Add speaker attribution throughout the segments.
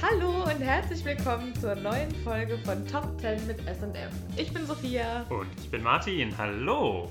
Speaker 1: Hallo und herzlich willkommen zur neuen Folge von Top 10 mit SM. Ich bin Sophia.
Speaker 2: Und ich bin Martin, hallo.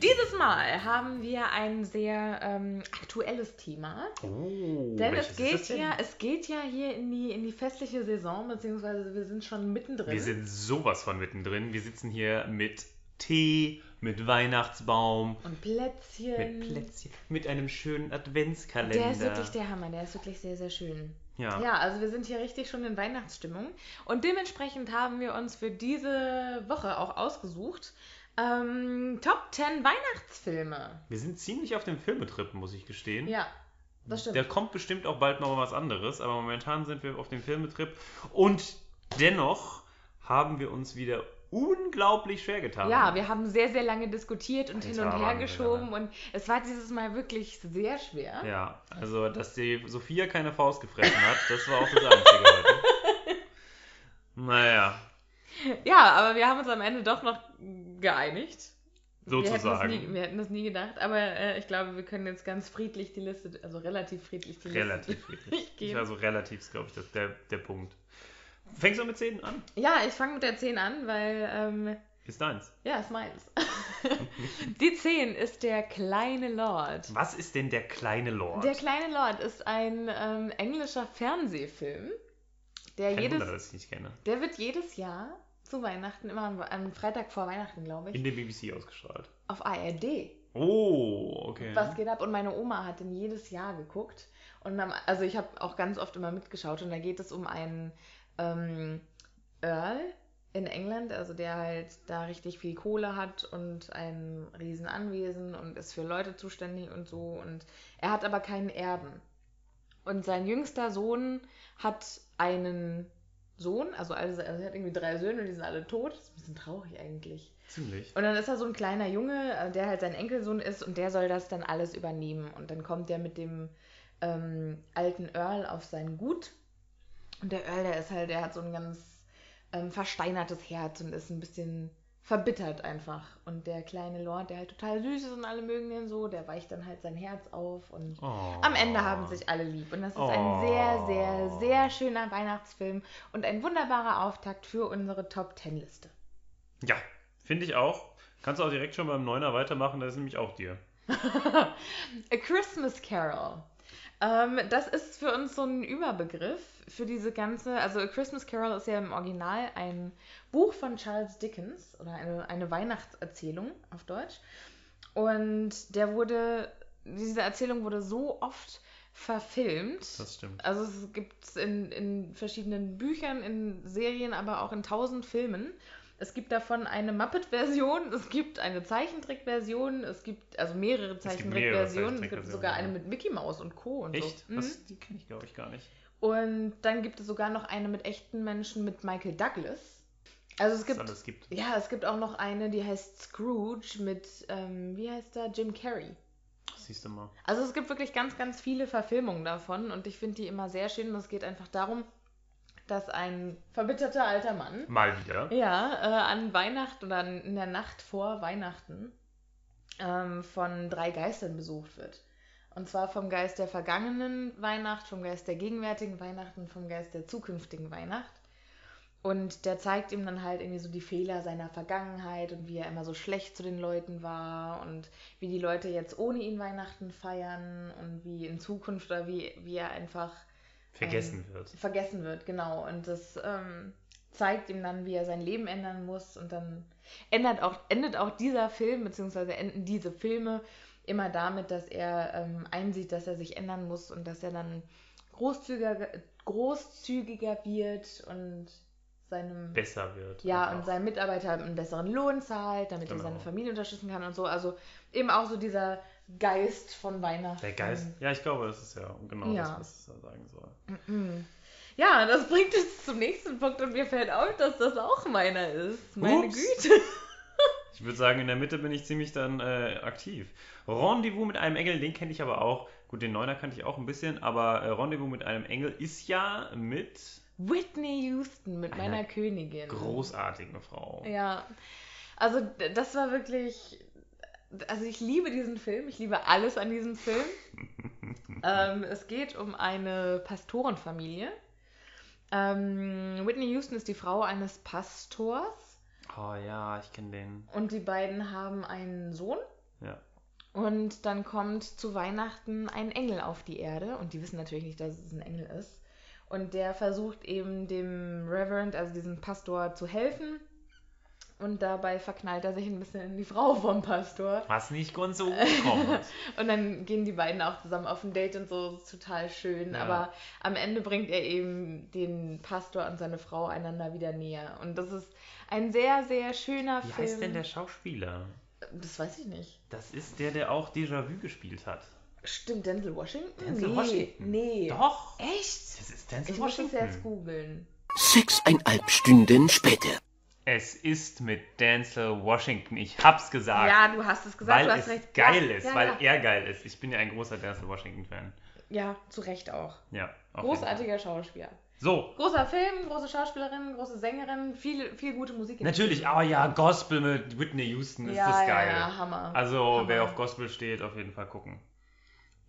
Speaker 1: Dieses Mal haben wir ein sehr ähm, aktuelles Thema.
Speaker 2: Oh,
Speaker 1: Denn es geht, ja, es geht ja hier in die, in die festliche Saison, beziehungsweise wir sind schon mittendrin.
Speaker 2: Wir sind sowas von mittendrin. Wir sitzen hier mit Tee, mit Weihnachtsbaum,
Speaker 1: und Plätzchen.
Speaker 2: mit Plätzchen, mit einem schönen Adventskalender.
Speaker 1: Ähm, Der ist wirklich der Hammer, der ist wirklich sehr, sehr schön.
Speaker 2: ja.
Speaker 1: Ja, also wir sind hier richtig schon in Weihnachtsstimmung. Und dementsprechend haben wir uns für diese Woche auch ausgesucht ähm, Top 10 Weihnachtsfilme.
Speaker 2: Wir sind ziemlich auf dem Filmetrip, muss ich gestehen.
Speaker 1: Ja, das stimmt.
Speaker 2: Da kommt bestimmt auch bald noch was anderes, aber momentan sind wir auf dem Filmetrip. Und dennoch haben wir uns wieder unglaublich schwer getan.
Speaker 1: ja, wir haben sehr, sehr lange diskutiert und
Speaker 2: Alter,
Speaker 1: hin und her
Speaker 2: Wahnsinn,
Speaker 1: geschoben und es war dieses Mal wirklich sehr schwer.
Speaker 2: ne? Ja, also dass die Sophia keine Faust gefressen hat, das war auch das Einzige heute. Naja,
Speaker 1: Ja, aber wir haben uns am Ende doch noch geeinigt. Wir hätten es nie,
Speaker 2: sozusagen.
Speaker 1: wir hätten das nie gedacht, aber äh, ich glaube, wir können jetzt ganz friedlich die Liste, also relativ friedlich die Liste.
Speaker 2: Relativ. wirklich.
Speaker 1: gebe-
Speaker 2: Also relativ ist, glaube ich, das, der, der Punkt. Fängst du mit 10 an?
Speaker 1: Ja, ich fange mit der 10 an, weil ähm,
Speaker 2: Ist deins.
Speaker 1: Ja, ist meins. Die 10 ist der kleine Lord.
Speaker 2: Was ist denn der kleine Lord?
Speaker 1: Der kleine Lord ist ein ähm, englischer Fernsehfilm, der
Speaker 2: Kein Wunder,
Speaker 1: jedes,
Speaker 2: dass ich nicht kenne.
Speaker 1: der wird jedes Jahr zu Weihnachten, immer am, am Freitag vor Weihnachten, glaube ich,
Speaker 2: In der BBC ausgestrahlt.
Speaker 1: auf ARD.
Speaker 2: Oh, okay.
Speaker 1: Was geht ab? Und meine Oma hat den jedes Jahr geguckt. Und am, also ich habe auch ganz oft immer mitgeschaut. Und da geht es um einen ähm, Earl in England, also der halt da richtig viel Kohle hat und ein riesen Anwesen und ist für Leute zuständig und so. Und er hat aber keinen Erben. Und sein jüngster Sohn hat einen Sohn, also, also er hat irgendwie drei Söhne und die sind alle tot. Das ist ein bisschen traurig eigentlich.
Speaker 2: Ziemlich.
Speaker 1: Und dann ist da so ein kleiner Junge, äh, der halt sein Enkelsohn ist und der soll das dann alles übernehmen. Und dann kommt der mit dem ähm, alten Earl auf sein Gut. Und der Earl, der ist halt, der hat so ein ganz ähm, versteinertes Herz und ist ein bisschen verbittert einfach. Und der kleine Lord, der halt total süß ist und alle mögen den so, der weicht dann halt sein Herz auf und
Speaker 2: Oh.
Speaker 1: am Ende haben sich alle lieb. Und das ist ein
Speaker 2: Oh.
Speaker 1: sehr, sehr, sehr schöner Weihnachtsfilm und ein wunderbarer Auftakt für unsere Top Ten Liste.
Speaker 2: Ja, finde ich auch. Kannst du auch direkt schon beim Neuner weitermachen, das ist nämlich auch dir.
Speaker 1: A Christmas Carol. Ähm, das ist für uns so ein Überbegriff für diese ganze. Also, A Christmas Carol ist ja im Original ein Buch von Charles Dickens oder eine, eine Weihnachtserzählung auf Deutsch. Und der wurde, diese Erzählung wurde so oft verfilmt.
Speaker 2: Das stimmt.
Speaker 1: Also es gibt es in, in verschiedenen Büchern, in Serien, aber auch in tausend Filmen. Es gibt davon eine Muppet-Version, es gibt eine Zeichentrick-Version, es gibt also mehrere
Speaker 2: mehrere
Speaker 1: Zeichentrick-Versionen, es gibt
Speaker 2: Zeichentrick-Versionen,
Speaker 1: sogar
Speaker 2: ja.
Speaker 1: eine mit Mickey Mouse und Co. und
Speaker 2: Echt?
Speaker 1: so. Mhm.
Speaker 2: Das, die kenne ich, glaube ich, gar nicht.
Speaker 1: Und dann gibt es sogar noch eine mit echten Menschen mit Michael Douglas. Also es
Speaker 2: Was es
Speaker 1: gibt,
Speaker 2: alles gibt.
Speaker 1: ja, es gibt auch noch eine, die heißt Scrooge mit, ähm, wie heißt er, Jim Carrey.
Speaker 2: Siehst du mal.
Speaker 1: Also es gibt wirklich ganz, ganz viele Verfilmungen davon und ich finde die immer sehr schön. Und es geht einfach darum, dass ein verbitterter alter Mann,
Speaker 2: Mal wieder.
Speaker 1: ja, äh, an Weihnachten oder an- in der Nacht vor Weihnachten ähm, von drei Geistern besucht wird. Und zwar vom Geist der vergangenen Weihnacht, vom Geist der gegenwärtigen Weihnacht und vom Geist der zukünftigen Weihnacht. Und der zeigt ihm dann halt irgendwie so die Fehler seiner Vergangenheit und wie er immer so schlecht zu den Leuten war und wie die Leute jetzt ohne ihn Weihnachten feiern und wie in Zukunft oder wie, wie er einfach
Speaker 2: Vergessen wird.
Speaker 1: Ähm, vergessen wird, genau. Und das ähm, zeigt ihm dann, wie er sein Leben ändern muss. Und dann ändert auch, endet auch dieser Film, beziehungsweise enden diese Filme immer damit, dass er ähm, einsieht, dass er sich ändern muss und dass er dann großzügiger, großzügiger wird und seinem.
Speaker 2: Besser wird.
Speaker 1: Ja,
Speaker 2: Einfach.
Speaker 1: und seinen Mitarbeiter einen besseren Lohn zahlt, damit er
Speaker 2: Genau.
Speaker 1: seine Familie unterstützen kann und so. Also eben auch so dieser Geist von Weihnachten.
Speaker 2: Der Geist. Ja, ich glaube, das ist ja genau
Speaker 1: Ja.
Speaker 2: das, was es da sagen soll.
Speaker 1: Mhm. Ja, das bringt uns zum nächsten Punkt und mir fällt auf, dass das auch meiner ist. Meine
Speaker 2: Ups.
Speaker 1: Güte.
Speaker 2: Ich würde sagen, in der Mitte bin ich ziemlich dann äh, aktiv. Rendezvous mit einem Engel, den kenne ich aber auch. Gut, den Neuner kannte ich auch ein bisschen, aber äh, Rendezvous mit einem Engel ist ja mit
Speaker 1: Whitney Houston mit
Speaker 2: Einer
Speaker 1: meiner Königin.
Speaker 2: großartigen Frau.
Speaker 1: Ja. Also d- das war wirklich. Also ich liebe diesen Film, ich liebe alles an diesem Film. ähm, es geht um eine Pastorenfamilie. Ähm, Whitney Houston ist die Frau eines Pastors
Speaker 2: Oh ja, ich kenne den.
Speaker 1: und die beiden haben einen Sohn.
Speaker 2: Ja.
Speaker 1: Und dann kommt zu Weihnachten ein Engel auf die Erde und die wissen natürlich nicht, dass es ein Engel ist. Und der versucht eben dem Reverend, also diesem Pastor, zu helfen. Und dabei verknallt er sich ein bisschen in die Frau vom Pastor.
Speaker 2: Was nicht ganz so gut kommt.
Speaker 1: Und dann gehen die beiden auch zusammen auf ein Date und so, ist total schön.
Speaker 2: Ja.
Speaker 1: Aber am Ende bringt er eben den Pastor und seine Frau einander wieder näher. Und das ist ein sehr, sehr schöner
Speaker 2: Wie
Speaker 1: Film.
Speaker 2: heißt denn der Schauspieler?
Speaker 1: Das weiß ich nicht.
Speaker 2: Das ist der, der auch Déjà-vu gespielt hat.
Speaker 1: Stimmt, Denzel Washington?
Speaker 2: Denzel
Speaker 1: nee,
Speaker 2: Washington.
Speaker 1: nee.
Speaker 2: Doch.
Speaker 1: Echt?
Speaker 2: Das ist Denzel
Speaker 1: Ich muss das
Speaker 2: Washington.
Speaker 1: jetzt googeln.
Speaker 3: Sechseinhalb Stunden später.
Speaker 2: Es ist mit Denzel Washington. Ich hab's gesagt.
Speaker 1: Ja, du hast es gesagt,
Speaker 2: weil
Speaker 1: du hast
Speaker 2: es
Speaker 1: recht.
Speaker 2: geil
Speaker 1: ja,
Speaker 2: ist,
Speaker 1: ja,
Speaker 2: weil
Speaker 1: ja.
Speaker 2: er geil ist. Ich bin ja ein großer Denzel Washington-Fan.
Speaker 1: Ja, zu Recht auch.
Speaker 2: Ja. auf jeden
Speaker 1: Großartiger Schauspieler.
Speaker 2: Fall. So,
Speaker 1: Großer Film, große Schauspielerin, große Sängerin, viel, viel gute Musik.
Speaker 2: natürlich. Oh ja, Gospel mit Whitney Houston ist
Speaker 1: ja,
Speaker 2: das
Speaker 1: ja,
Speaker 2: geil.
Speaker 1: ja, Hammer.
Speaker 2: Also,
Speaker 1: Hammer.
Speaker 2: wer auf Gospel steht, auf jeden Fall gucken.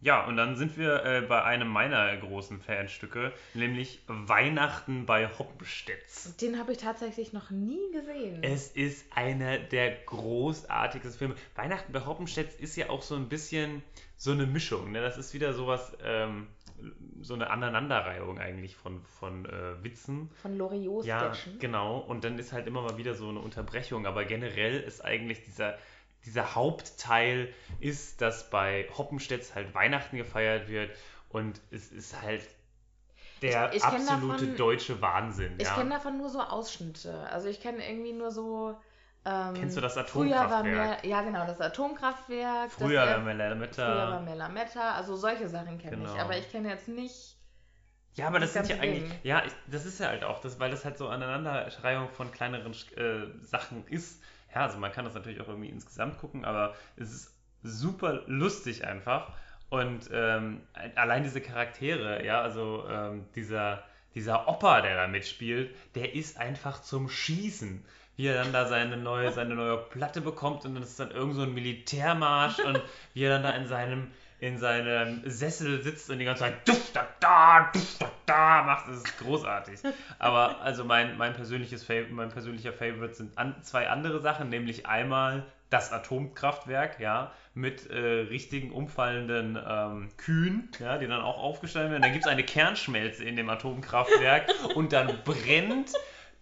Speaker 2: Ja, und dann sind wir äh, bei einem meiner großen Fanstücke, nämlich Weihnachten bei Hoppenstedts.
Speaker 1: Den habe ich tatsächlich noch nie gesehen.
Speaker 2: Es ist einer der großartigsten Filme. Weihnachten bei Hoppenstedts ist ja auch so ein bisschen so eine Mischung. Ne? Das ist wieder sowas, ähm, so eine Aneinanderreihung eigentlich von, von äh, Witzen.
Speaker 1: Von Loriot-Sketchen.
Speaker 2: Ja, genau. Und dann ist halt immer mal wieder so eine Unterbrechung. Aber generell ist eigentlich dieser, dieser Hauptteil ist, dass bei Hoppenstedts halt Weihnachten gefeiert wird. Und es ist halt der
Speaker 1: Ich- ich kenn
Speaker 2: absolute
Speaker 1: davon-
Speaker 2: deutsche Wahnsinn.
Speaker 1: Ich
Speaker 2: ja.
Speaker 1: kenne davon nur so Ausschnitte. Also ich kenne irgendwie nur so. Ähm,
Speaker 2: Kennst du das
Speaker 1: Früher war
Speaker 2: Atomkraftwerk?
Speaker 1: mehr, ja, genau, das Atomkraftwerk.
Speaker 2: Früher
Speaker 1: das,
Speaker 2: war Melametta.
Speaker 1: früher war mehr Lametta. Also solche Sachen kenne
Speaker 2: Genau.
Speaker 1: ich. Aber ich kenne jetzt nicht.
Speaker 2: Ja, aber das
Speaker 1: Das
Speaker 2: sind ja
Speaker 1: ganze
Speaker 2: eigentlich,
Speaker 1: Ding.
Speaker 2: ja, ich, das ist ja halt auch, das, weil das halt so Aneinanderschreihung von kleineren äh, Sachen ist. Ja, also man kann das natürlich auch irgendwie insgesamt gucken, aber es ist super lustig einfach. Und ähm, allein diese Charaktere, ja, also ähm, dieser, dieser Opa, der da mitspielt, der ist einfach zum Schießen. Wie er dann da seine neue, seine neue Platte bekommt und dann ist dann irgend so ein Militärmarsch und wie er dann da in seinem, in seinem Sessel sitzt und die ganze Zeit duft da da, duft da da macht, das ist großartig. Aber also mein, mein persönliches Fav mein persönlicher Favorite sind an, zwei andere Sachen, nämlich einmal das Atomkraftwerk, ja, mit äh, richtigen umfallenden ähm, Kühen, ja, die dann auch aufgestanden werden. Dann gibt es eine Kernschmelze in dem Atomkraftwerk und dann brennt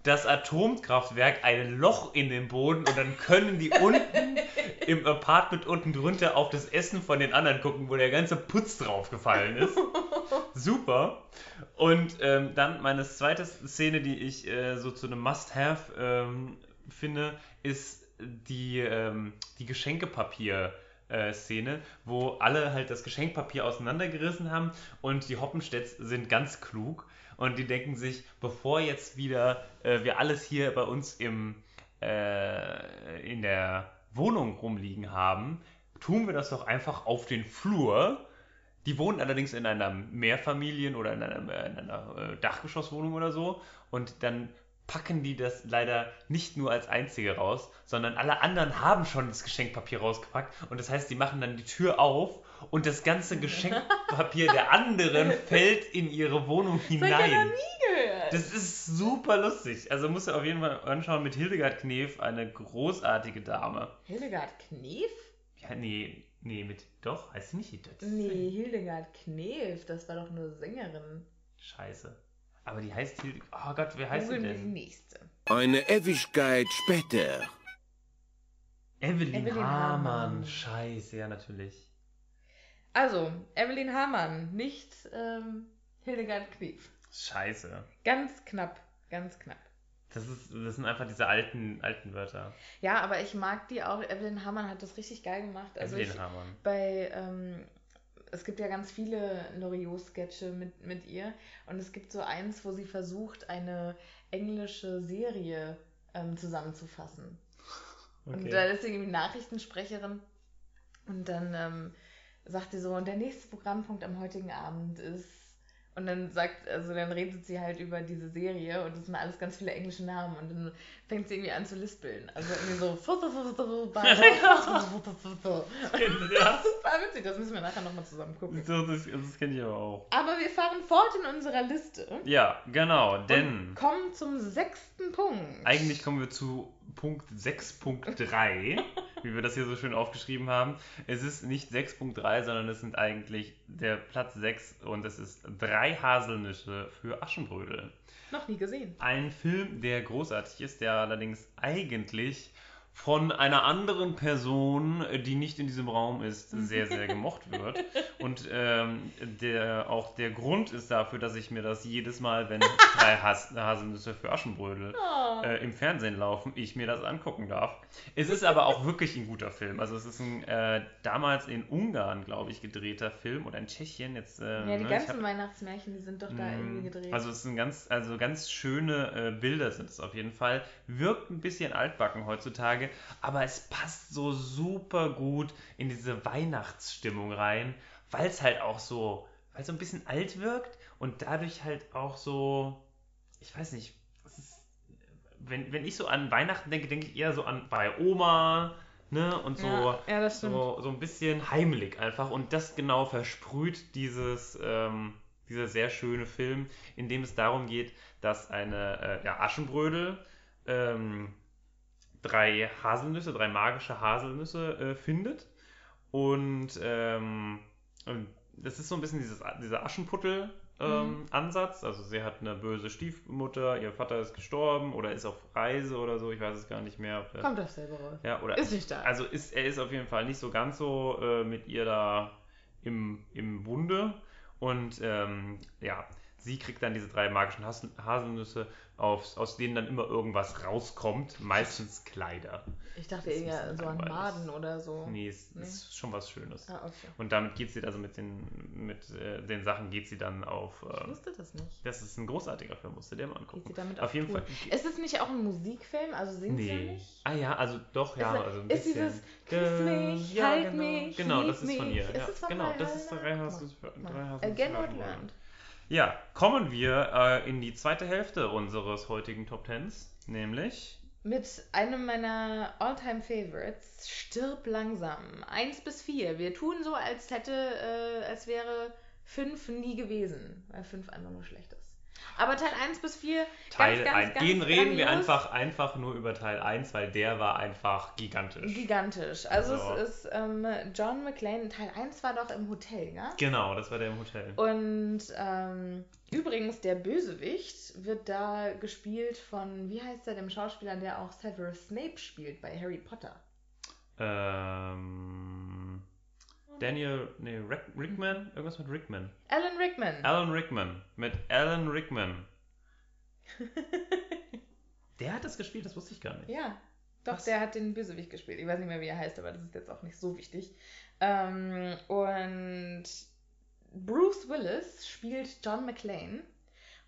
Speaker 2: das Atomkraftwerk ein Loch in den Boden und dann können die unten im Apartment unten drunter auf das Essen von den anderen gucken, wo der ganze Putz draufgefallen ist. Super. Und ähm, dann meine zweite Szene, die ich äh, so zu einem Must-Have ähm, finde, ist die, ähm, die Geschenkepapier. äh, Szene, wo alle halt das Geschenkpapier auseinandergerissen haben und die Hoppenstedts sind ganz klug und die denken sich, bevor jetzt wieder äh, wir alles hier bei uns im, äh, in der Wohnung rumliegen haben, tun wir das doch einfach auf den Flur. Die wohnen allerdings in einer Mehrfamilien- oder in einer, in einer äh, Dachgeschosswohnung oder so. Und dann packen die das leider nicht nur als einzige raus, sondern alle anderen haben schon das Geschenkpapier rausgepackt. Und das heißt, die machen dann die Tür auf und das ganze Geschenkpapier der anderen fällt in ihre Wohnung hinein.
Speaker 1: Solche noch nie gehört.
Speaker 2: Das ist super lustig. Also musst du auf jeden Fall anschauen mit Hildegard Knef, eine großartige Dame.
Speaker 1: Hildegard Knef?
Speaker 2: Ja, nee, nee, mit doch, heißt sie nicht Hildegard. Das ist
Speaker 1: Nee,
Speaker 2: sie.
Speaker 1: Hildegard Knef, das war doch nur Sängerin.
Speaker 2: Scheiße. Aber die heißt Hildegard. Oh Gott, wer heißt sie
Speaker 1: Googeln wir die
Speaker 2: denn?
Speaker 1: nächste.
Speaker 3: Eine Ewigkeit später.
Speaker 2: Evelyn,
Speaker 1: Evelyn
Speaker 2: Hamann.
Speaker 1: Hamann.
Speaker 2: Scheiße, ja, natürlich.
Speaker 1: Also, Evelyn Hamann, nicht ähm, Hildegard Knef.
Speaker 2: Scheiße.
Speaker 1: Ganz knapp, ganz knapp.
Speaker 2: Das, ist, das sind einfach diese alten, alten Wörter.
Speaker 1: Ja, aber ich mag die auch. Evelyn Hamann hat das richtig geil gemacht. Also
Speaker 2: Evelyn
Speaker 1: ich,
Speaker 2: Hamann.
Speaker 1: bei, ähm, es gibt ja ganz viele Loriot-Sketche mit, mit ihr und es gibt so eins, wo sie versucht, eine englische Serie ähm, zusammenzufassen. Und da
Speaker 2: Okay.
Speaker 1: ist sie irgendwie Nachrichtensprecherin. Und dann ähm, sagt sie so, und der nächste Programmpunkt am heutigen Abend ist. Und dann sagt, also dann redet sie halt über diese Serie und das sind alles ganz viele englische Namen und dann fängt sie irgendwie an zu lispeln. Also irgendwie so.
Speaker 2: Ja,
Speaker 1: Super witzig, das müssen wir nachher nochmal zusammen gucken.
Speaker 2: so, das, das kenne ich aber auch.
Speaker 1: Aber wir fahren fort in unserer Liste.
Speaker 2: Ja, genau, denn
Speaker 1: Und kommen zum sechsten Punkt.
Speaker 2: eigentlich kommen wir zu Punkt 6.3, wie wir das hier so schön aufgeschrieben haben. Es ist nicht 6.3, sondern es sind eigentlich der Platz 6 und es ist drei Haselnüsse für Aschenbrödel.
Speaker 1: Noch nie gesehen.
Speaker 2: Ein Film, der großartig ist, der allerdings eigentlich von einer anderen Person, die nicht in diesem Raum ist, sehr, sehr gemocht wird. Und ähm, der, auch der Grund ist dafür, dass ich mir das jedes Mal, wenn drei Has Haselnüsse für Aschenbrödel
Speaker 1: Oh.
Speaker 2: äh, im Fernsehen laufen, ich mir das angucken darf. Es ist aber auch wirklich ein guter Film. Also es ist ein äh, damals in Ungarn, glaube ich, gedrehter Film oder in Tschechien. Jetzt, äh,
Speaker 1: Ja, die
Speaker 2: ne, ich hab-
Speaker 1: ganzen Weihnachtsmärchen, die sind doch da irgendwie
Speaker 2: Mm,
Speaker 1: gedreht.
Speaker 2: Also es sind ganz, also ganz schöne äh, Bilder sind es auf jeden Fall. Wirkt ein bisschen altbacken heutzutage, aber es passt so super gut in diese Weihnachtsstimmung rein, weil es halt auch so, weil es so ein bisschen alt wirkt und dadurch halt auch so, ich weiß nicht, es ist, wenn, wenn ich so an Weihnachten denke, denke ich eher so an bei Oma, ne, und so.
Speaker 1: ja, ja, das stimmt.
Speaker 2: So, so ein bisschen heimelig einfach. Und das genau versprüht dieses, ähm, dieser sehr schöne Film, in dem es darum geht, dass eine äh, ja, Aschenbrödel ähm, drei Haselnüsse, drei magische Haselnüsse äh, findet. Und ähm, und das ist so ein bisschen dieses, dieser
Speaker 1: Mhm.
Speaker 2: Aschenputtel-Ansatz. also sie hat eine böse Stiefmutter, ihr Vater ist gestorben oder ist auf Reise oder so, ich weiß es gar nicht mehr. ob er-
Speaker 1: Kommt auf selber raus.
Speaker 2: Ja, oder
Speaker 1: Ist nicht da.
Speaker 2: also ist, er ist auf jeden Fall nicht so ganz so äh, mit ihr da im, im Bunde. Und ähm, ja, sie kriegt dann diese drei magischen Has Haselnüsse, auf, aus denen dann immer irgendwas rauskommt. Meistens Kleider.
Speaker 1: ich dachte
Speaker 2: das ist ein
Speaker 1: eher so an
Speaker 2: bisschen
Speaker 1: Maden oder so.
Speaker 2: Nee, es
Speaker 1: Nee.
Speaker 2: ist schon was Schönes.
Speaker 1: Ah, okay.
Speaker 2: Und damit geht sie, also mit den, mit, äh, den Sachen geht sie dann auf.
Speaker 1: Ich
Speaker 2: Äh,
Speaker 1: wusste das nicht.
Speaker 2: das ist ein großartiger Film, musst du dir mal angucken.
Speaker 1: Geht sie damit
Speaker 2: auf jeden
Speaker 1: Tour?
Speaker 2: Fall.
Speaker 1: Ist es nicht auch ein Musikfilm? Also singt sie
Speaker 2: Nee.
Speaker 1: nicht?
Speaker 2: Ah ja, also doch, ja.
Speaker 1: Ist-
Speaker 2: also ein
Speaker 1: ist
Speaker 2: bisschen. Äh,
Speaker 1: dieses Küss mich,
Speaker 2: Ja,
Speaker 1: halt
Speaker 2: genau.
Speaker 1: mich,
Speaker 2: Genau,
Speaker 1: lieb
Speaker 2: das ist von
Speaker 1: mich.
Speaker 2: ihr.
Speaker 1: Ist
Speaker 2: ja.
Speaker 1: es von
Speaker 2: genau, das
Speaker 1: Drei
Speaker 2: ist
Speaker 1: Hasen?
Speaker 2: drei Hasen
Speaker 1: Mach.
Speaker 2: drei Hasen
Speaker 1: Again
Speaker 2: für
Speaker 1: what
Speaker 2: Aschenbrödel.
Speaker 1: learned.
Speaker 2: Ja, kommen wir äh, in die zweite Hälfte unseres heutigen Top Tens, nämlich
Speaker 1: Mit einem meiner Alltime favorites Stirb langsam. Eins bis vier. Wir tun so, als hätte, äh, als wäre fünf nie gewesen. Weil fünf einfach nur schlecht ist. Aber Teil eins bis vier
Speaker 2: Teil 1. Den reden wir
Speaker 1: grandios,
Speaker 2: einfach, einfach nur über Teil 1, weil der war einfach gigantisch.
Speaker 1: Gigantisch. Also
Speaker 2: So.
Speaker 1: es ist ähm, John McClane. Teil eins war doch im Hotel, ja?
Speaker 2: genau, das war der im Hotel.
Speaker 1: Und ähm, übrigens, der Bösewicht wird da gespielt von, wie heißt er, dem Schauspieler, der auch Severus Snape spielt bei Harry Potter.
Speaker 2: Ähm, Daniel, nee, Rick- Rickman? Irgendwas mit Rickman.
Speaker 1: Alan Rickman.
Speaker 2: Alan Rickman. Mit Alan Rickman. Der hat das gespielt, das wusste ich gar nicht.
Speaker 1: Ja, doch,
Speaker 2: Was?
Speaker 1: der hat den Bösewicht gespielt. Ich weiß nicht mehr, wie er heißt, aber das ist jetzt auch nicht so wichtig. Ähm, und Bruce Willis spielt John McClane.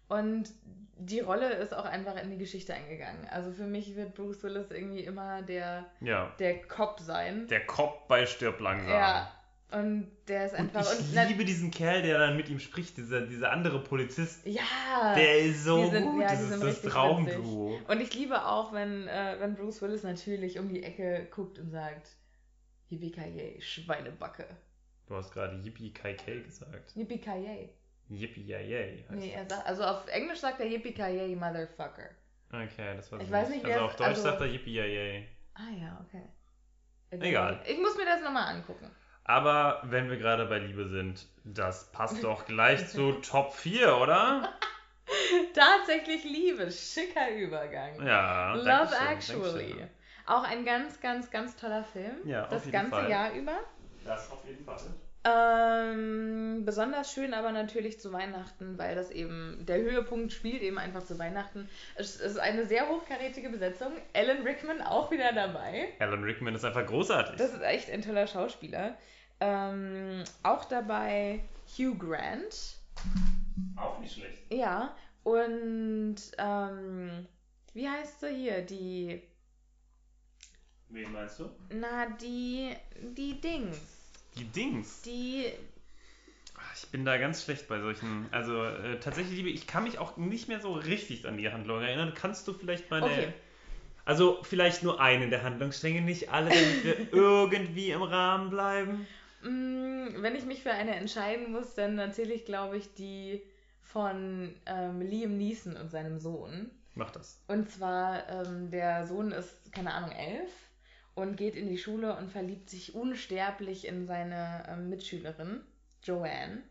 Speaker 1: Und die Rolle ist auch einfach in die Geschichte eingegangen. Also für mich wird Bruce Willis irgendwie immer der,
Speaker 2: Ja.
Speaker 1: der Cop sein.
Speaker 2: Der Kopf bei stirbt langsam.
Speaker 1: ja. Und der ist
Speaker 2: Und
Speaker 1: einfach.
Speaker 2: ich
Speaker 1: na-
Speaker 2: liebe diesen Kerl, der dann mit ihm spricht, dieser, dieser andere Polizist.
Speaker 1: ja.
Speaker 2: Der ist so
Speaker 1: die sind-
Speaker 2: gut,
Speaker 1: ja, die
Speaker 2: das
Speaker 1: sind
Speaker 2: ist das
Speaker 1: richtig
Speaker 2: Traumduo.
Speaker 1: Und ich liebe auch, wenn, äh, wenn Bruce Willis natürlich um die Ecke guckt und sagt, Yippie-Ki-Yay, Schweinebacke.
Speaker 2: Du hast gerade Yippie Kai K gesagt.
Speaker 1: Yippie-Ki-Yay.
Speaker 2: Yippie Yay Yay. heißt
Speaker 1: Nee,
Speaker 2: er.
Speaker 1: er sagt, also auf Englisch sagt er Yippie-Ki-Yay, Motherfucker.
Speaker 2: Okay, das war's.
Speaker 1: Ich weiß nicht, wer
Speaker 2: Also
Speaker 1: es-
Speaker 2: auf Deutsch
Speaker 1: also-
Speaker 2: sagt er Yippie Yay Yay.
Speaker 1: Ah ja, okay.
Speaker 2: Egal.
Speaker 1: Ich muss mir das nochmal angucken.
Speaker 2: Aber wenn wir gerade bei Liebe sind, das passt doch gleich zu Top 4, oder?
Speaker 1: Tatsächlich Liebe, schicker Übergang.
Speaker 2: Ja.
Speaker 1: Love
Speaker 2: Dankeschön,
Speaker 1: Actually.
Speaker 2: Dankeschön.
Speaker 1: Auch ein ganz, ganz, ganz toller Film.
Speaker 2: Ja, auf
Speaker 1: das
Speaker 2: jeden
Speaker 1: ganze
Speaker 2: Fall.
Speaker 1: Jahr über.
Speaker 2: Das auf jeden Fall.
Speaker 1: Ähm, besonders schön aber natürlich zu Weihnachten, weil das eben, der Höhepunkt spielt eben einfach zu Weihnachten. Es ist eine sehr hochkarätige Besetzung. Alan Rickman auch wieder dabei.
Speaker 2: Alan Rickman ist einfach großartig.
Speaker 1: Das ist echt ein toller Schauspieler. Ähm, auch dabei Hugh Grant.
Speaker 2: auch nicht schlecht.
Speaker 1: Ja. Und ähm, wie heißt sie hier? Die.
Speaker 2: Wen meinst du?
Speaker 1: Na, die. Die Dings.
Speaker 2: Die Dings. Ah,
Speaker 1: Die.
Speaker 2: Ich bin da ganz schlecht bei solchen. Also äh, tatsächlich, liebe, ich kann mich auch nicht mehr so richtig an die Handlung erinnern. Kannst du vielleicht meine.
Speaker 1: Okay.
Speaker 2: Also vielleicht nur eine der Handlungsstränge, nicht alle, damit wir irgendwie im Rahmen bleiben.
Speaker 1: Mm, Wenn ich mich für eine entscheiden muss, dann erzähle ich, glaube ich, die von ähm, Liam Neeson und seinem Sohn.
Speaker 2: Mach das.
Speaker 1: Und zwar, ähm, der Sohn ist, keine Ahnung, elf und geht in die Schule und verliebt sich unsterblich in seine ähm, Mitschülerin, Joanne.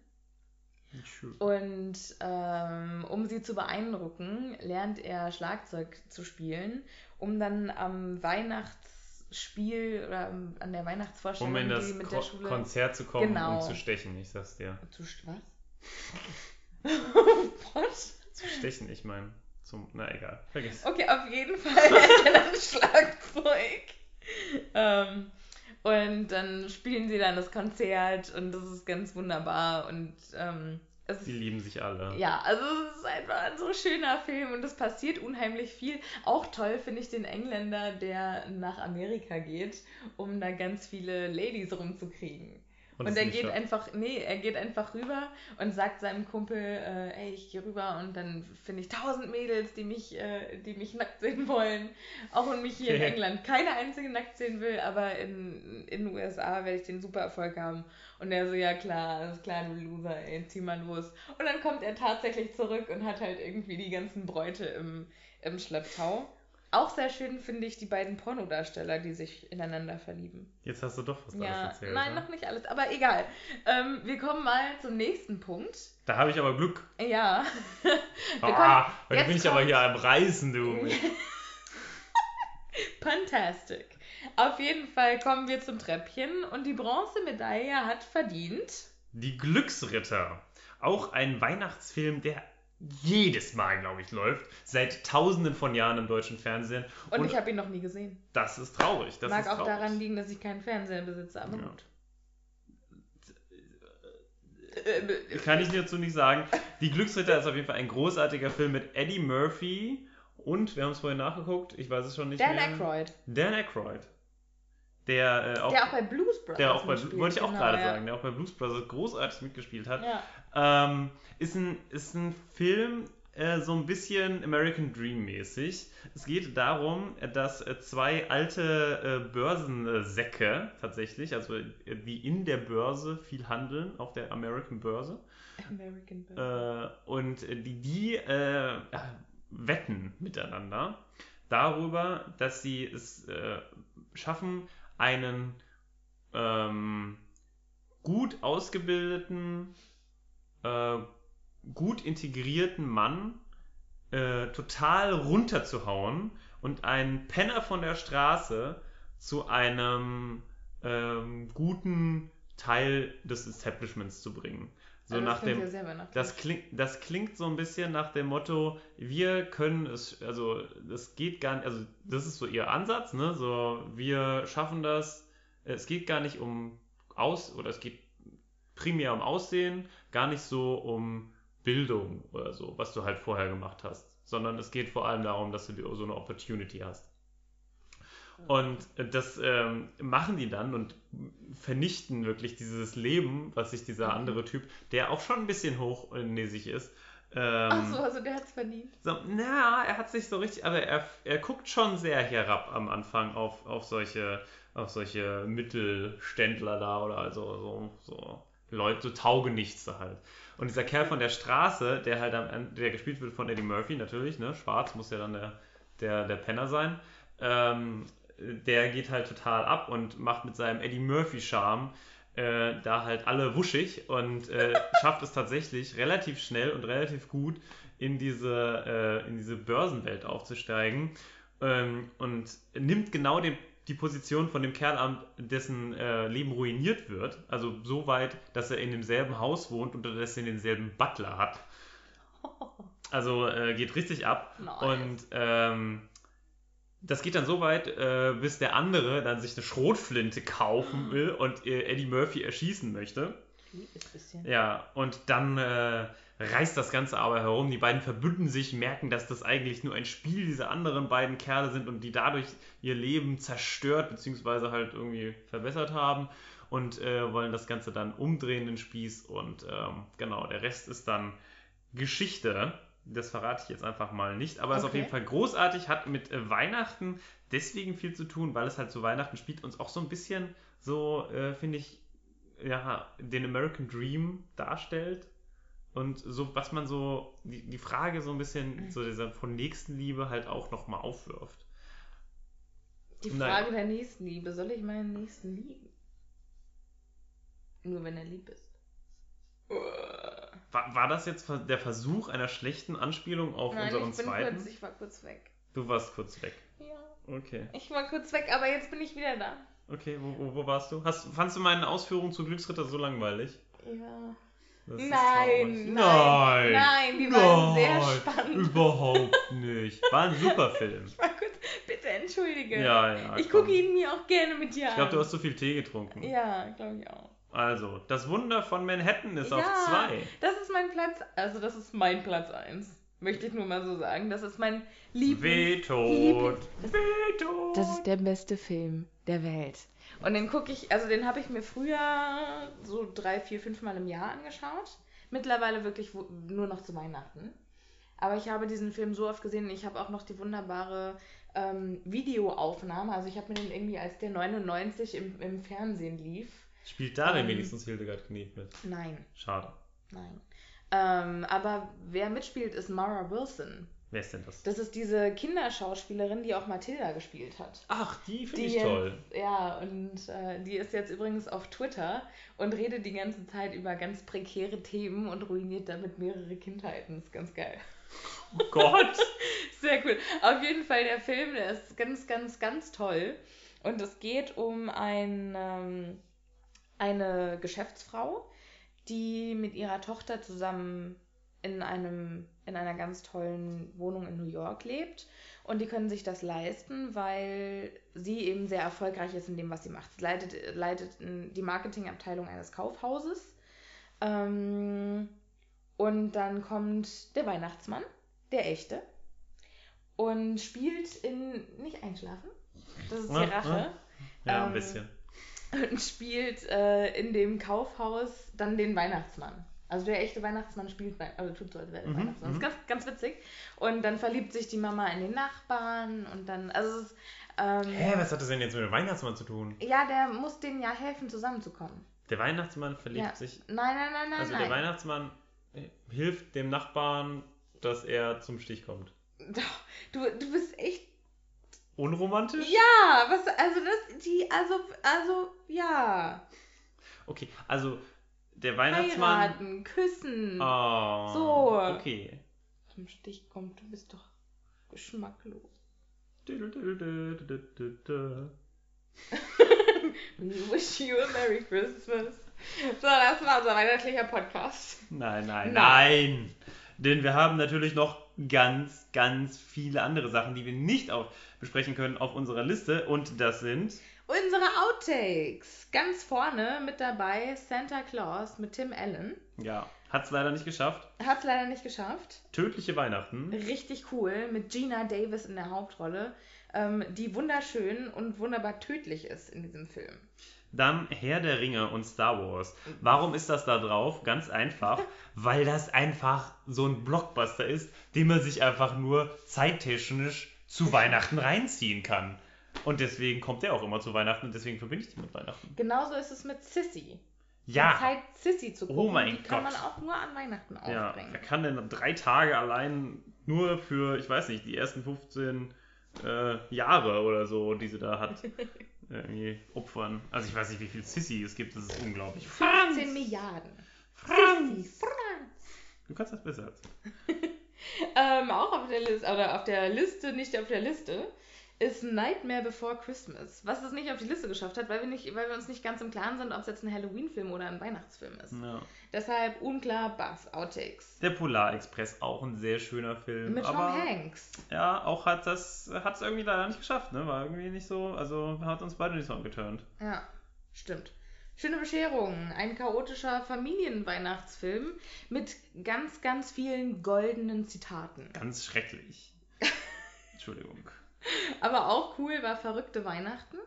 Speaker 1: Und ähm, um sie zu beeindrucken, lernt er Schlagzeug zu spielen, um dann am Weihnachtsspiel oder am- an der Weihnachtsvorstellung,
Speaker 2: Um in das
Speaker 1: die mit
Speaker 2: Ko
Speaker 1: der Schule
Speaker 2: Konzert zu kommen
Speaker 1: Genau.
Speaker 2: und zu stechen, ich sag's dir.
Speaker 1: zu st- was? Oh Gott.
Speaker 2: Zu stechen, ich meine. Zum, na egal, vergiss.
Speaker 1: Okay, auf jeden Fall hält er dann Schlagzeug. Ähm, und dann spielen sie dann das Konzert und das ist ganz wunderbar und ähm, es
Speaker 2: Sie lieben sich alle.
Speaker 1: Ja, also es ist einfach ein so schöner Film und es passiert unheimlich viel. Auch toll finde ich den Engländer, der nach Amerika geht, um da ganz viele Ladies rumzukriegen. Und,
Speaker 2: es
Speaker 1: er
Speaker 2: nicht
Speaker 1: geht
Speaker 2: schafft.
Speaker 1: einfach, nee, er geht einfach rüber und sagt seinem Kumpel, äh, ey, ich gehe rüber und dann finde ich tausend Mädels, die mich, äh, die mich nackt sehen wollen. Auch und mich hier in
Speaker 2: Ja.
Speaker 1: England keine einzige nackt sehen will, aber in, in den USA werde ich den super Erfolg haben. Und er so, ja klar, alles klar, du Loser, ey, zieh mal los. Und dann kommt er tatsächlich zurück und hat halt irgendwie die ganzen Bräute im, im Schlepptau. Auch sehr schön finde ich die beiden Pornodarsteller, die sich ineinander verlieben.
Speaker 2: Jetzt hast du doch was
Speaker 1: Ja,
Speaker 2: alles erzählt.
Speaker 1: nein,
Speaker 2: ne?
Speaker 1: noch nicht alles, aber egal. Ähm, wir kommen mal zum nächsten Punkt.
Speaker 2: Da habe ich aber Glück.
Speaker 1: Ja. Wir
Speaker 2: Ah,
Speaker 1: kommen-
Speaker 2: heute
Speaker 1: jetzt
Speaker 2: bin ich aber
Speaker 1: kommt-
Speaker 2: hier am Reißen, du.
Speaker 1: Fantastic. Auf jeden Fall kommen wir zum Treppchen und die Bronzemedaille hat verdient.
Speaker 2: Die Glücksritter. Auch ein Weihnachtsfilm, der jedes Mal, glaube ich, läuft. Seit tausenden von Jahren im deutschen Fernsehen.
Speaker 1: Und, ich habe ihn noch nie gesehen.
Speaker 2: das ist traurig. Das
Speaker 1: Mag
Speaker 2: ist
Speaker 1: auch
Speaker 2: traurig.
Speaker 1: daran liegen, dass ich keinen Fernseher besitze, aber
Speaker 2: Ja.
Speaker 1: gut. Äh, äh,
Speaker 2: Kann ich dazu nicht sagen. Die Glücksritter ist auf jeden Fall ein großartiger Film mit Eddie Murphy und, wir haben es vorhin nachgeguckt, ich weiß es schon nicht
Speaker 1: Dan
Speaker 2: mehr.
Speaker 1: Aykroyd,
Speaker 2: Dan Aykroyd. Der äh, auch,
Speaker 1: der auch bei Blues Brothers
Speaker 2: der auch bei
Speaker 1: mitspielt,
Speaker 2: wollte ich auch
Speaker 1: genau,
Speaker 2: gerade
Speaker 1: ja.
Speaker 2: sagen, ne? der auch bei Blues Brothers großartig mitgespielt hat.
Speaker 1: Ja.
Speaker 2: Ähm, ist, ein, ist ein Film äh, so ein bisschen American Dream mäßig. Es geht darum, äh, dass äh, zwei alte äh, Börsensäcke tatsächlich, also äh, die in der Börse viel handeln, auf der American Börse,
Speaker 1: American Band.
Speaker 2: äh, und äh, die, die äh, äh, wetten miteinander darüber, dass sie es äh, schaffen, einen ähm, gut ausgebildeten, äh, gut integrierten Mann äh, total runterzuhauen und einen Penner von der Straße zu einem ähm, guten Teil des Establishments zu bringen. So
Speaker 1: Also das
Speaker 2: nach
Speaker 1: klingt
Speaker 2: dem,
Speaker 1: ja sehr weihnachtlich.
Speaker 2: das klingt, das klingt so ein bisschen nach dem Motto, wir können es, also das geht gar nicht, also das ist so ihr Ansatz, ne? So, wir schaffen das, es geht gar nicht um Aus, oder es geht primär um Aussehen, gar nicht so um Bildung oder so, was du halt vorher gemacht hast, sondern es geht vor allem darum, dass du dir so eine Opportunity hast. Und äh, das ähm, machen die dann und vernichten wirklich dieses Leben, was sich
Speaker 1: Mhm.
Speaker 2: dieser andere Typ, der auch schon ein bisschen hochnäsig ist,
Speaker 1: Ach
Speaker 2: ähm,
Speaker 1: so, also der hat's verdient.
Speaker 2: so, na, er hat sich so richtig, aber er, er guckt schon sehr herab am Anfang auf, auf solche, auf solche Mittelständler da oder also so, so Leute, so Taugenichtse halt. Und dieser Kerl von der Straße, der halt am Ende- der gespielt wird von Eddie Murphy natürlich, ne, schwarz muss ja dann der, der, der Penner sein, ähm, der geht halt total ab und macht mit seinem Eddie Murphy-Charme äh, da halt alle wuschig und äh, schafft es tatsächlich relativ schnell und relativ gut in diese, äh, in diese Börsenwelt aufzusteigen ähm, und nimmt genau den, die Position von dem Kerl an, dessen äh, Leben ruiniert wird. Also so weit, dass er in demselben Haus wohnt und unterdessen denselben Butler hat. Also äh, geht richtig ab.
Speaker 1: Nice.
Speaker 2: Und ähm, das geht dann so weit, äh, bis der andere dann sich eine Schrotflinte kaufen will und äh, Eddie Murphy erschießen möchte.
Speaker 1: Viel ist ein bisschen.
Speaker 2: Ja, und dann äh, reißt das Ganze aber herum. Die beiden verbünden sich, merken, dass das eigentlich nur ein Spiel dieser anderen beiden Kerle sind und die dadurch ihr Leben zerstört bzw. halt irgendwie verbessert haben. und äh, wollen das Ganze dann umdrehen, den Spieß. Und ähm, genau, der Rest ist dann Geschichte. Das verrate ich jetzt einfach mal nicht, aber es ist auf
Speaker 1: Okay.
Speaker 2: jeden Fall großartig, hat mit äh, Weihnachten deswegen viel zu tun, weil es halt zu Weihnachten spielt und auch so ein bisschen so, äh, finde ich, ja, den American Dream darstellt. Und so, was man so, die, die Frage so ein bisschen, so dieser von Nächstenliebe halt auch nochmal aufwirft.
Speaker 1: Die
Speaker 2: Nein.
Speaker 1: Frage der Nächstenliebe. Soll ich meinen Nächsten lieben? Nur wenn er lieb ist.
Speaker 2: War, war das jetzt ver- der Versuch einer schlechten Anspielung auf
Speaker 1: Nein,
Speaker 2: unseren
Speaker 1: ich, bin
Speaker 2: zweiten?
Speaker 1: kurz, ich war kurz weg.
Speaker 2: Du warst kurz weg.
Speaker 1: Ja,
Speaker 2: Okay.
Speaker 1: ich war kurz weg, aber jetzt bin ich wieder da.
Speaker 2: Okay, wo, wo, wo warst du? Hast, fandst du meine Ausführungen zu Glücksritter so langweilig?
Speaker 1: Ja.
Speaker 2: Das ist traurig.
Speaker 1: Nein, nein,
Speaker 2: nein,
Speaker 1: nein, die waren sehr
Speaker 2: nein,
Speaker 1: spannend.
Speaker 2: Überhaupt nicht. War ein super Film.
Speaker 1: Ich war kurz, bitte entschuldige.
Speaker 2: Ja, ja.
Speaker 1: ich
Speaker 2: komm.
Speaker 1: gucke ihn mir auch gerne mit dir an.
Speaker 2: Ich glaube, du hast zu viel Tee getrunken.
Speaker 1: Ja, glaube ich auch.
Speaker 2: Also, das Wunder von Manhattan ist auf
Speaker 1: Ja.
Speaker 2: 2.
Speaker 1: Das ist mein Platz, also das ist mein Platz 1. Möchte ich nur mal so sagen. Das ist mein Lieblings...
Speaker 2: Wehtod.
Speaker 1: Das-
Speaker 2: Wehtod.
Speaker 1: Das ist der beste Film der Welt. Und den gucke ich, also den habe ich mir früher so drei, vier, fünf Mal im Jahr angeschaut. Mittlerweile wirklich wo- nur noch zu Weihnachten. Aber ich habe diesen Film so oft gesehen. Ich habe auch noch die wunderbare ähm, Videoaufnahme. Also ich habe mir den irgendwie, als der 99 im, im Fernsehen lief.
Speaker 2: Spielt da denn
Speaker 1: Ähm.
Speaker 2: wenigstens Hildegard Knief mit?
Speaker 1: Nein,
Speaker 2: Schade.
Speaker 1: nein. Ähm, aber wer mitspielt, ist Mara Wilson.
Speaker 2: Wer ist denn das?
Speaker 1: Das ist diese Kinderschauspielerin, die auch Matilda gespielt hat.
Speaker 2: Ach, die finde
Speaker 1: Die äh,
Speaker 2: ich toll.
Speaker 1: Jetzt, ja, und äh, die ist jetzt übrigens auf Twitter und redet die ganze Zeit über ganz prekäre Themen und ruiniert damit mehrere Kindheiten. Ist ganz geil.
Speaker 2: Oh Gott.
Speaker 1: Sehr cool. Auf jeden Fall, der Film, der ist ganz, ganz, ganz toll. Und es geht um ein, ähm, eine Geschäftsfrau, die mit ihrer Tochter zusammen in, einem, in einer ganz tollen Wohnung in New York lebt. Und die können sich das leisten, weil sie eben sehr erfolgreich ist in dem, was sie macht. Sie leitet, leitet ähm, die Marketingabteilung eines Kaufhauses. Ähm, und dann kommt der Weihnachtsmann, der echte, und spielt in nicht einschlafen. Das ist die
Speaker 2: Ah, ah.
Speaker 1: Rache
Speaker 2: Ja, ein
Speaker 1: Ähm,
Speaker 2: bisschen.
Speaker 1: und spielt äh, in dem Kaufhaus dann den Weihnachtsmann. Also der echte Weihnachtsmann spielt, Wei- also tut so, als wäre der
Speaker 2: Mhm,
Speaker 1: Weihnachtsmann.
Speaker 2: mhm.
Speaker 1: Das ist ganz, ganz witzig. Und dann verliebt sich die Mama in den Nachbarn und dann, also es ist, ähm,
Speaker 2: Hä, was hat das denn jetzt mit dem Weihnachtsmann zu tun?
Speaker 1: ja, der muss denen ja helfen, zusammenzukommen.
Speaker 2: Der Weihnachtsmann verliebt
Speaker 1: Ja.
Speaker 2: sich.
Speaker 1: Nein, nein, nein, nein,
Speaker 2: Also der
Speaker 1: nein.
Speaker 2: Weihnachtsmann äh, hilft dem Nachbarn, dass er zum Stich kommt.
Speaker 1: Doch, Du, du bist echt,
Speaker 2: Unromantisch?
Speaker 1: ja, was, also das, die, also, also, ja,
Speaker 2: Okay, also der Weihnachtsmann.
Speaker 1: heiraten, küssen,
Speaker 2: Oh,
Speaker 1: So.
Speaker 2: Okay.
Speaker 1: zum Stich kommt, du bist doch geschmacklos. We wish you a Merry Christmas. So, das war unser weihnachtlicher Podcast.
Speaker 2: Nein,
Speaker 1: Nein.
Speaker 2: nein, nein. Denn wir haben natürlich noch ganz, ganz viele andere Sachen, die wir nicht auf besprechen können auf unserer Liste. Und das sind.
Speaker 1: Unsere Outtakes. Ganz vorne mit dabei Santa Claus mit Tim Allen.
Speaker 2: Ja, hat es leider nicht geschafft.
Speaker 1: Hat's leider nicht geschafft.
Speaker 2: Tödliche Weihnachten.
Speaker 1: Richtig cool mit Gina Davis in der Hauptrolle, ähm, die wunderschön und wunderbar tödlich ist in diesem Film.
Speaker 2: Dann Herr der Ringe und Star Wars. Warum ist das da drauf? Ganz einfach, weil das einfach so ein Blockbuster ist, den man sich einfach nur zeittechnisch zu Weihnachten reinziehen kann. Und deswegen kommt der auch immer zu Weihnachten und deswegen verbinde ich den mit Weihnachten.
Speaker 1: Genauso ist es mit Sissy. Die
Speaker 2: Ja,
Speaker 1: Zeit, Sissy zu
Speaker 2: Oh
Speaker 1: gucken,
Speaker 2: mein
Speaker 1: die kann
Speaker 2: Gott.
Speaker 1: man auch nur an Weihnachten
Speaker 2: ja.
Speaker 1: aufbringen.
Speaker 2: Wer kann denn drei Tage allein nur für, ich weiß nicht, die ersten 15 äh, Jahre oder so, die sie da hat, irgendwie opfern? Also ich weiß nicht, wie viel Sissy es gibt, das ist unglaublich.
Speaker 1: 15 Milliarden.
Speaker 2: Franz!
Speaker 1: Franz.
Speaker 2: Du kannst das besser als
Speaker 1: Ähm, auch auf der Liste, oder auf der Liste, nicht auf der Liste, ist Nightmare Before Christmas. Was es nicht auf die Liste geschafft hat, weil wir, nicht, weil wir uns nicht ganz im Klaren sind, ob es jetzt ein Halloween-Film oder ein Weihnachtsfilm ist.
Speaker 2: Ja.
Speaker 1: Deshalb unklar, Bass, Outtakes.
Speaker 2: Der Polarexpress, auch ein sehr schöner Film.
Speaker 1: Mit Tom
Speaker 2: aber
Speaker 1: Hanks.
Speaker 2: ja, auch hat das hat es irgendwie leider nicht geschafft, ne? War irgendwie nicht so, also hat uns beide nicht so angeturnt.
Speaker 1: Ja, stimmt. Schöne Bescherung, ein chaotischer Familienweihnachtsfilm mit ganz, ganz vielen goldenen Zitaten.
Speaker 2: Ganz schrecklich. Entschuldigung.
Speaker 1: Aber auch cool war Verrückte Weihnachten.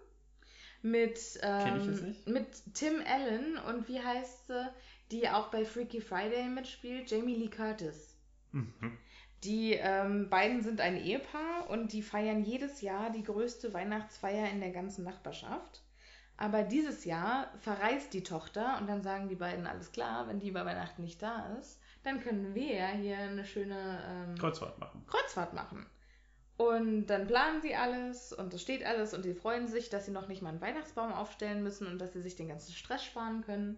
Speaker 1: mit,
Speaker 2: Kenn ich jetzt
Speaker 1: ähm,
Speaker 2: nicht.
Speaker 1: mit Tim Allen und wie heißt sie, die auch bei Freaky Friday mitspielt? Jamie Lee Curtis.
Speaker 2: Mhm.
Speaker 1: Die ähm, beiden sind ein Ehepaar und die feiern jedes Jahr die größte Weihnachtsfeier in der ganzen Nachbarschaft. Aber dieses Jahr verreist die Tochter und dann sagen die beiden, alles klar, wenn die bei Weihnachten nicht da ist, dann können wir ja hier eine schöne ähm,
Speaker 2: Kreuzfahrt machen.
Speaker 1: Kreuzfahrt machen. Und dann planen sie alles und es steht alles und sie freuen sich, dass sie noch nicht mal einen Weihnachtsbaum aufstellen müssen und dass sie sich den ganzen Stress sparen können.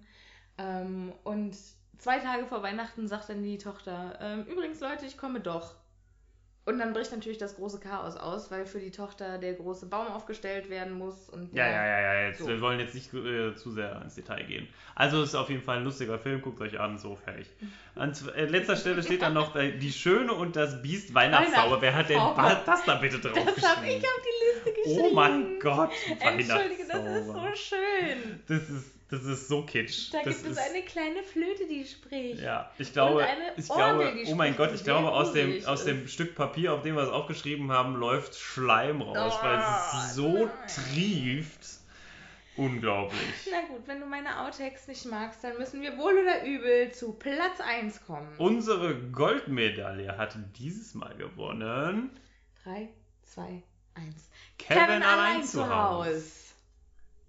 Speaker 1: Ähm, und zwei Tage vor Weihnachten sagt dann die Tochter, ähm, übrigens Leute, ich komme doch. Und dann bricht natürlich das große Chaos aus, weil für die Tochter der große Baum aufgestellt werden muss. Und
Speaker 2: Ja, ja, ja, ja. Jetzt,
Speaker 1: So.
Speaker 2: Wir wollen jetzt nicht äh, zu sehr ins Detail gehen. Also es ist auf jeden Fall ein lustiger Film, guckt euch an, so fertig. An z- äh, letzter Stelle steht dann noch äh, Die Schöne und das Biest Weihnachtssauber. Wer hat denn
Speaker 1: Weihnachtssauber.
Speaker 2: das da bitte
Speaker 1: Das habe ich
Speaker 2: draufgeschrieben?
Speaker 1: auf die Liste geschrieben.
Speaker 2: Oh mein Gott,
Speaker 1: Entschuldige, das ist
Speaker 2: Weihnachtssauber.
Speaker 1: so schön.
Speaker 2: Das ist, das ist so kitsch.
Speaker 1: Da
Speaker 2: das
Speaker 1: gibt es
Speaker 2: ist,
Speaker 1: eine kleine Flöte, die spricht.
Speaker 2: Ja, ich glaube,
Speaker 1: eine
Speaker 2: ich
Speaker 1: Orgel,
Speaker 2: glaube,
Speaker 1: die
Speaker 2: oh mein
Speaker 1: spricht,
Speaker 2: Gott,
Speaker 1: die
Speaker 2: ich glaube,
Speaker 1: sehr
Speaker 2: aus dem,
Speaker 1: gruselig
Speaker 2: aus dem
Speaker 1: ist.
Speaker 2: Stück Papier, auf dem wir es aufgeschrieben haben, läuft Schleim raus, weil es
Speaker 1: Oh,
Speaker 2: so
Speaker 1: nein.
Speaker 2: trieft. Unglaublich.
Speaker 1: Na gut, wenn du meine Outtakes nicht magst, dann müssen wir wohl oder übel zu Platz 1 kommen.
Speaker 2: Unsere Goldmedaille hat dieses Mal gewonnen.
Speaker 1: 3, 2, 1.
Speaker 2: Kevin, allein zu Hause.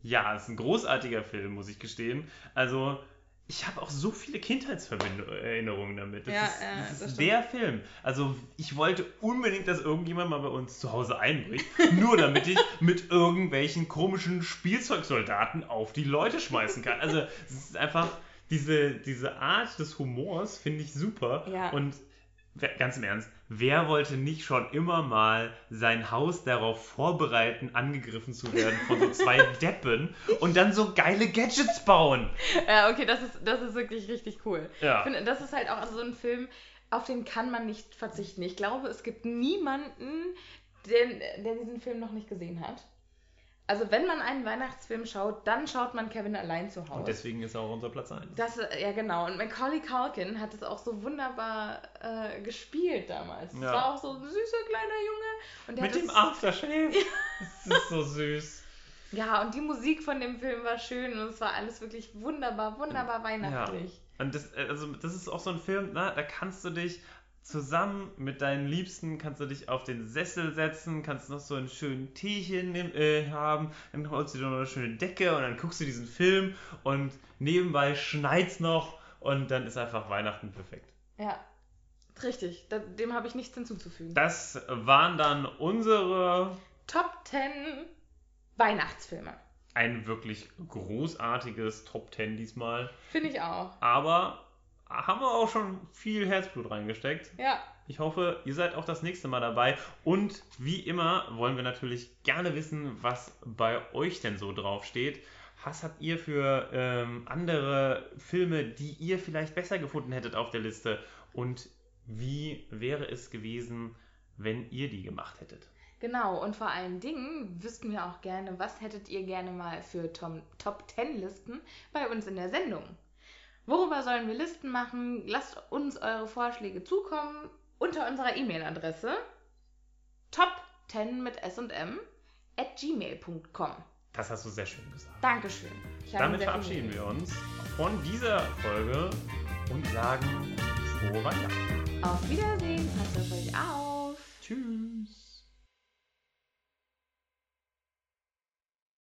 Speaker 2: Ja, ist ein großartiger Film, muss ich gestehen. Also, ich habe auch so viele Kindheitserinnerungen damit. Das
Speaker 1: Ja,
Speaker 2: ist,
Speaker 1: ja,
Speaker 2: das
Speaker 1: das
Speaker 2: ist
Speaker 1: stimmt.
Speaker 2: der Film. Also, ich wollte unbedingt, dass irgendjemand mal bei uns zu Hause einbricht, nur damit ich mit irgendwelchen komischen Spielzeugsoldaten auf die Leute schmeißen kann. Also, es ist einfach, diese, diese Art des Humors finde ich super.
Speaker 1: Ja.
Speaker 2: Und wer- ganz im Ernst, wer wollte nicht schon immer mal sein Haus darauf vorbereiten, angegriffen zu werden von so zwei Deppen und dann so geile Gadgets bauen?
Speaker 1: Ja, okay, das ist, das ist wirklich richtig cool.
Speaker 2: Ja.
Speaker 1: Ich finde, das ist halt auch so ein Film, auf den kann man nicht verzichten. Ich glaube, es gibt niemanden, den, der diesen Film noch nicht gesehen hat. Also, wenn man einen Weihnachtsfilm schaut, dann schaut man Kevin allein zu Hause.
Speaker 2: Und deswegen ist auch unser Platz 1.
Speaker 1: Das, äh, ja, genau. Und Macaulay Culkin hat es auch so wunderbar äh, gespielt damals. Es
Speaker 2: Ja.
Speaker 1: war auch so ein süßer kleiner Junge. Und der
Speaker 2: Mit
Speaker 1: hat
Speaker 2: dem
Speaker 1: es-
Speaker 2: Aftershave. Das ist so süß.
Speaker 1: Ja, und die Musik von dem Film war schön und es war alles wirklich wunderbar, wunderbar weihnachtlich.
Speaker 2: Und das, also das ist auch so ein Film, na, da kannst du dich zusammen mit deinen Liebsten, kannst du dich auf den Sessel setzen, kannst noch so einen schönen Teechen nimm- äh, haben, dann holst du dir noch eine schöne Decke und dann guckst du diesen Film und nebenbei schneit's noch und dann ist einfach Weihnachten perfekt.
Speaker 1: Ja. Richtig, da, dem habe ich nichts hinzuzufügen.
Speaker 2: Das waren dann unsere
Speaker 1: Top 10 Weihnachtsfilme.
Speaker 2: ein wirklich großartiges Top Ten diesmal,
Speaker 1: Finde ich auch.
Speaker 2: aber haben wir auch schon viel Herzblut reingesteckt.
Speaker 1: Ja.
Speaker 2: Ich hoffe, ihr seid auch das nächste Mal dabei. Und wie immer wollen wir natürlich gerne wissen, was bei euch denn so draufsteht. Was habt ihr für ähm, andere Filme, die ihr vielleicht besser gefunden hättet auf der Liste? Und wie wäre es gewesen, wenn ihr die gemacht hättet?
Speaker 1: Genau, und vor allen Dingen wüssten wir auch gerne, was hättet ihr gerne mal für Tom Top 10 Listen bei uns in der Sendung? Worüber sollen wir Listen machen? Lasst uns eure Vorschläge zukommen unter unserer E-Mail-Adresse top10 mit s und m at gmail.com.
Speaker 2: Das hast du sehr schön gesagt.
Speaker 1: Dankeschön. Ich habe
Speaker 2: Damit
Speaker 1: sehr viel
Speaker 2: verabschieden
Speaker 1: Mühe.
Speaker 2: wir uns von dieser Folge und sagen frohe Weihnachten.
Speaker 1: Auf Wiedersehen, passt auf euch auf.
Speaker 2: Tschüss.